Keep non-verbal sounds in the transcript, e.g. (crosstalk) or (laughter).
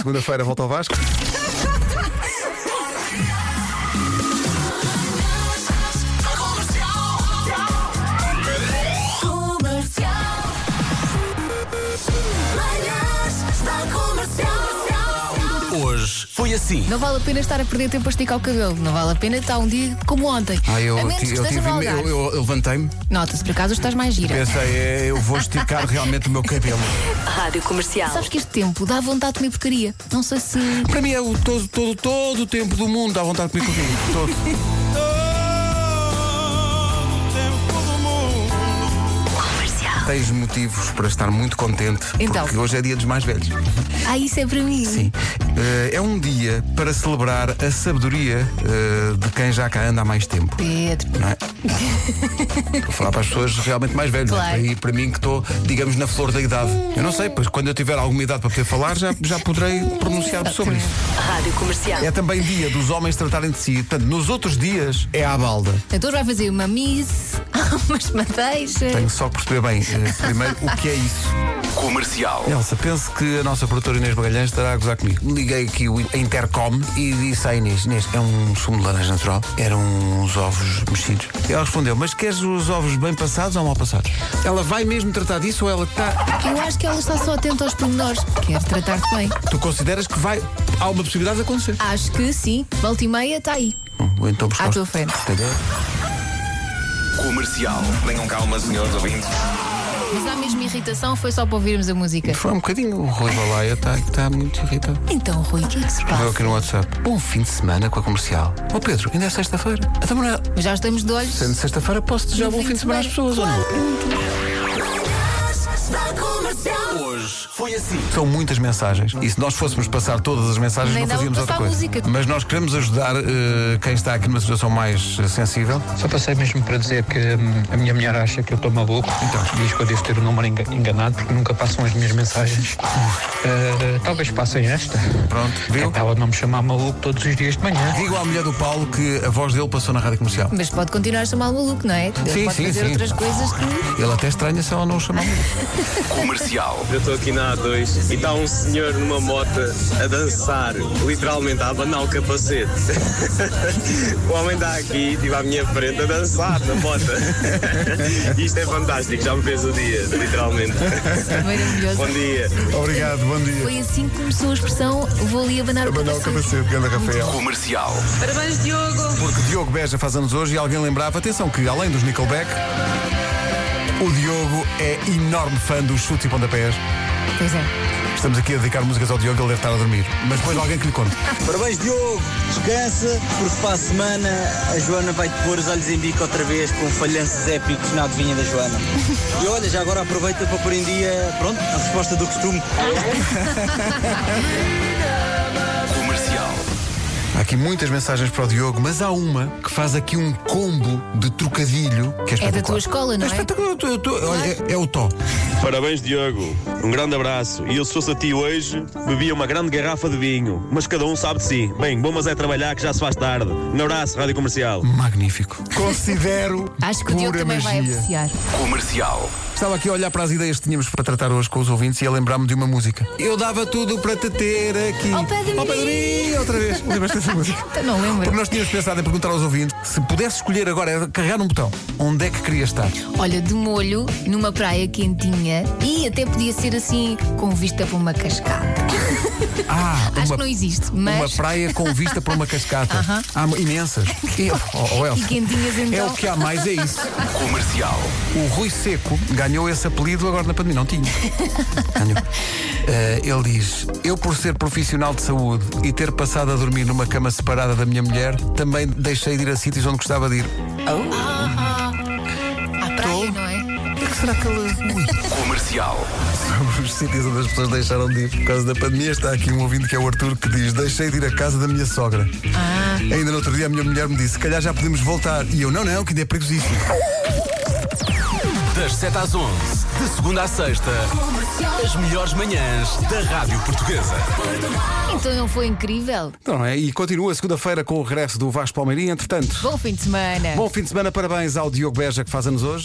Segunda-feira volta ao Vasco. Hoje foi assim. Não vale a pena estar a perder tempo a esticar o cabelo. Não vale a pena estar um dia como ontem. Ah, eu, a menos ti- que eu, esteja tive- no eu, Algarve. eu- eu levantei-me, Nota-se, por acaso estás mais gira. pensei, é, eu vou esticar realmente o meu cabelo. Rádio Comercial. Sabes que este tempo dá vontade de comer porcaria. Não assim. sei se. Para mim é o todo, todo, todo o tempo do mundo, dá vontade de comer comigo. Todo. Comercial. Tens motivos para estar muito contente, Então. porque hoje é dia dos mais velhos. Ah, isso é para mim. Sim. Eh, é um dia para celebrar a sabedoria eh, de quem já cá anda há mais tempo. Pedro. Não é? Vou falar para as pessoas realmente mais velhas. é? Claro. E para mim que estou, digamos, na flor da idade. Eu não sei, pois quando eu tiver alguma idade para poder falar, já, já poderei pronunciar sobre isso. Rádio Comercial. É também dia dos homens tratarem de si. Portanto, nos outros dias é à balda. Então hoje vai fazer uma miss, (laughs) Ah, umas madeixas. Tenho só que perceber bem, eh, primeiro, o que é isso. Comercial. Elsa, penso que a nossa produtora Inês Magalhães estará a gozar comigo. Liguei aqui o Intercom e disse à Inês: Inês, é um sumo de laranja natural? Eram uns ovos mexidos. E ela respondeu: Mas queres os ovos bem passados ou mal passados? Ela vai mesmo tratar disso ou ela tá está. Eu acho que ela está só atenta aos pormenores. Quer tratar-te bem. Tu consideras que vai. Há uma possibilidade de acontecer? Acho que sim. Volta e meia está aí. Bom, vou então buscar. À os- tua frente. Comercial. Tenham calma, senhores ouvintes. Mas há mesmo irritação, foi só para ouvirmos a música. Foi um bocadinho. O Rui Balaia está está muito irritado. Então, Rui, o que é que se Escreveu passa? aqui no WhatsApp. Bom fim de semana com a comercial. Ó Pedro, ainda é sexta-feira. Então, Manuel, Já estamos de olhos. sendo sexta-feira, posso desejar Bom bom fim de semana às pessoas, ou não? Hoje foi assim. São muitas mensagens e se nós fôssemos passar todas as mensagens Nem não dava fazíamos para outra passar coisa. música. Mas nós queremos ajudar eh, quem está aqui numa situação mais eh, sensível. Só passei mesmo para dizer que hum, a minha mulher acha que eu estou maluco. Então, diz que eu devo ter o número enga- enganado porque nunca passam as minhas mensagens. Ah, talvez passem esta. Pronto, viu? Tentava não me chamar maluco todos os dias de manhã. Digo à mulher do Paulo que a voz dele passou na rádio comercial. Mas pode continuar a chamar maluco, não é? Sim, pode sim, fazer sim. outras coisas que. Ele até estranha se ela não o chamar. Comercial. Eu estou aqui na A2 e está um senhor numa moto a dançar, literalmente a abanar o capacete. (laughs) o homem está aqui, tipo à minha frente, a dançar na moto. (laughs) Isto é fantástico, já me fez o dia, literalmente. Maravilhoso. Bom dia. Obrigado, bom dia. Foi assim que começou a expressão vou ali abanar o capacete. grande Rafael. Comercial. Parabéns, Diogo. Porque Diogo Beja faz anos hoje e alguém lembrava, atenção, que além dos Nickelback, o Diogo é enorme fã dos chutes e pontapés. Pois é. Estamos aqui a dedicar músicas ao Diogo, ele deve estar a dormir. Mas depois alguém que lhe conte. Parabéns, Diogo! Descansa, porque para a semana a Joana vai-te pôr os olhos em bico outra vez com falhanços épicos na adivinha da (laughs) Joana. E olha, já agora aproveita para pôr em dia, pronto, a resposta do costume. Comercial. Há aqui muitas mensagens para o Diogo, mas há uma que faz aqui um combo de trocadilho que é É espetacular. da tua escola, não É é? espetacular, eu tô- eu tô- olha, é, é o Tó. Parabéns, Diogo. Um grande abraço. E eu, se fosse a ti hoje, bebia uma grande garrafa de vinho. Mas cada um sabe de si. Bem, bom, mas é trabalhar que já se faz tarde. Um abraço, Rádio Comercial. Magnífico. (laughs) Considero. Acho que o Diogo pura também vai magia. apreciar. Comercial. Estava aqui a olhar para as ideias que tínhamos para tratar hoje com os ouvintes e a lembrar-me de uma música. Eu dava tudo para te ter aqui. Ao pé de mim. mim, Outra (laughs) vez. Lembras-te dessa música? Então não Porque lembro. nós tínhamos pensado em perguntar aos ouvintes se pudesse escolher agora, era carregar um botão, onde é que queria estar? Olha, de molho, numa praia quentinha e até podia ser assim, com vista para uma cascata. Ah, Acho que não existe, mas. Uma praia com vista para uma (laughs) cascata. Há imensas. E, oh, oh, Elsa, E quentinhas, então. É o que há mais, é isso. Comercial. O Rui Seco ganhou esse apelido agora na pandemia. Não tinha. Ganhou. Eh, ele diz: Eu, por ser profissional de saúde e ter passado a dormir numa cama separada da minha mulher, também deixei de ir a sítios onde gostava de ir. (laughs) À praia, não é? Comercial. Os sítios onde as pessoas deixaram de ir por causa da pandemia. Está aqui um ouvinte que é o Arthur que diz: Deixei de ir à casa da minha sogra. Ainda no outro dia a minha mulher me disse: Se calhar já podemos voltar. E eu: Não, não, que ainda é perigosíssimo. Das 7 às 11. De segunda à sexta. As melhores manhãs da Rádio Portuguesa. Então não foi incrível? Então, não é? E continua segunda-feira com o regresso do Vasco Palmeirinho. Entretanto, Bom fim de semana. bom fim de semana, parabéns ao Diogo Beja que faz anos hoje.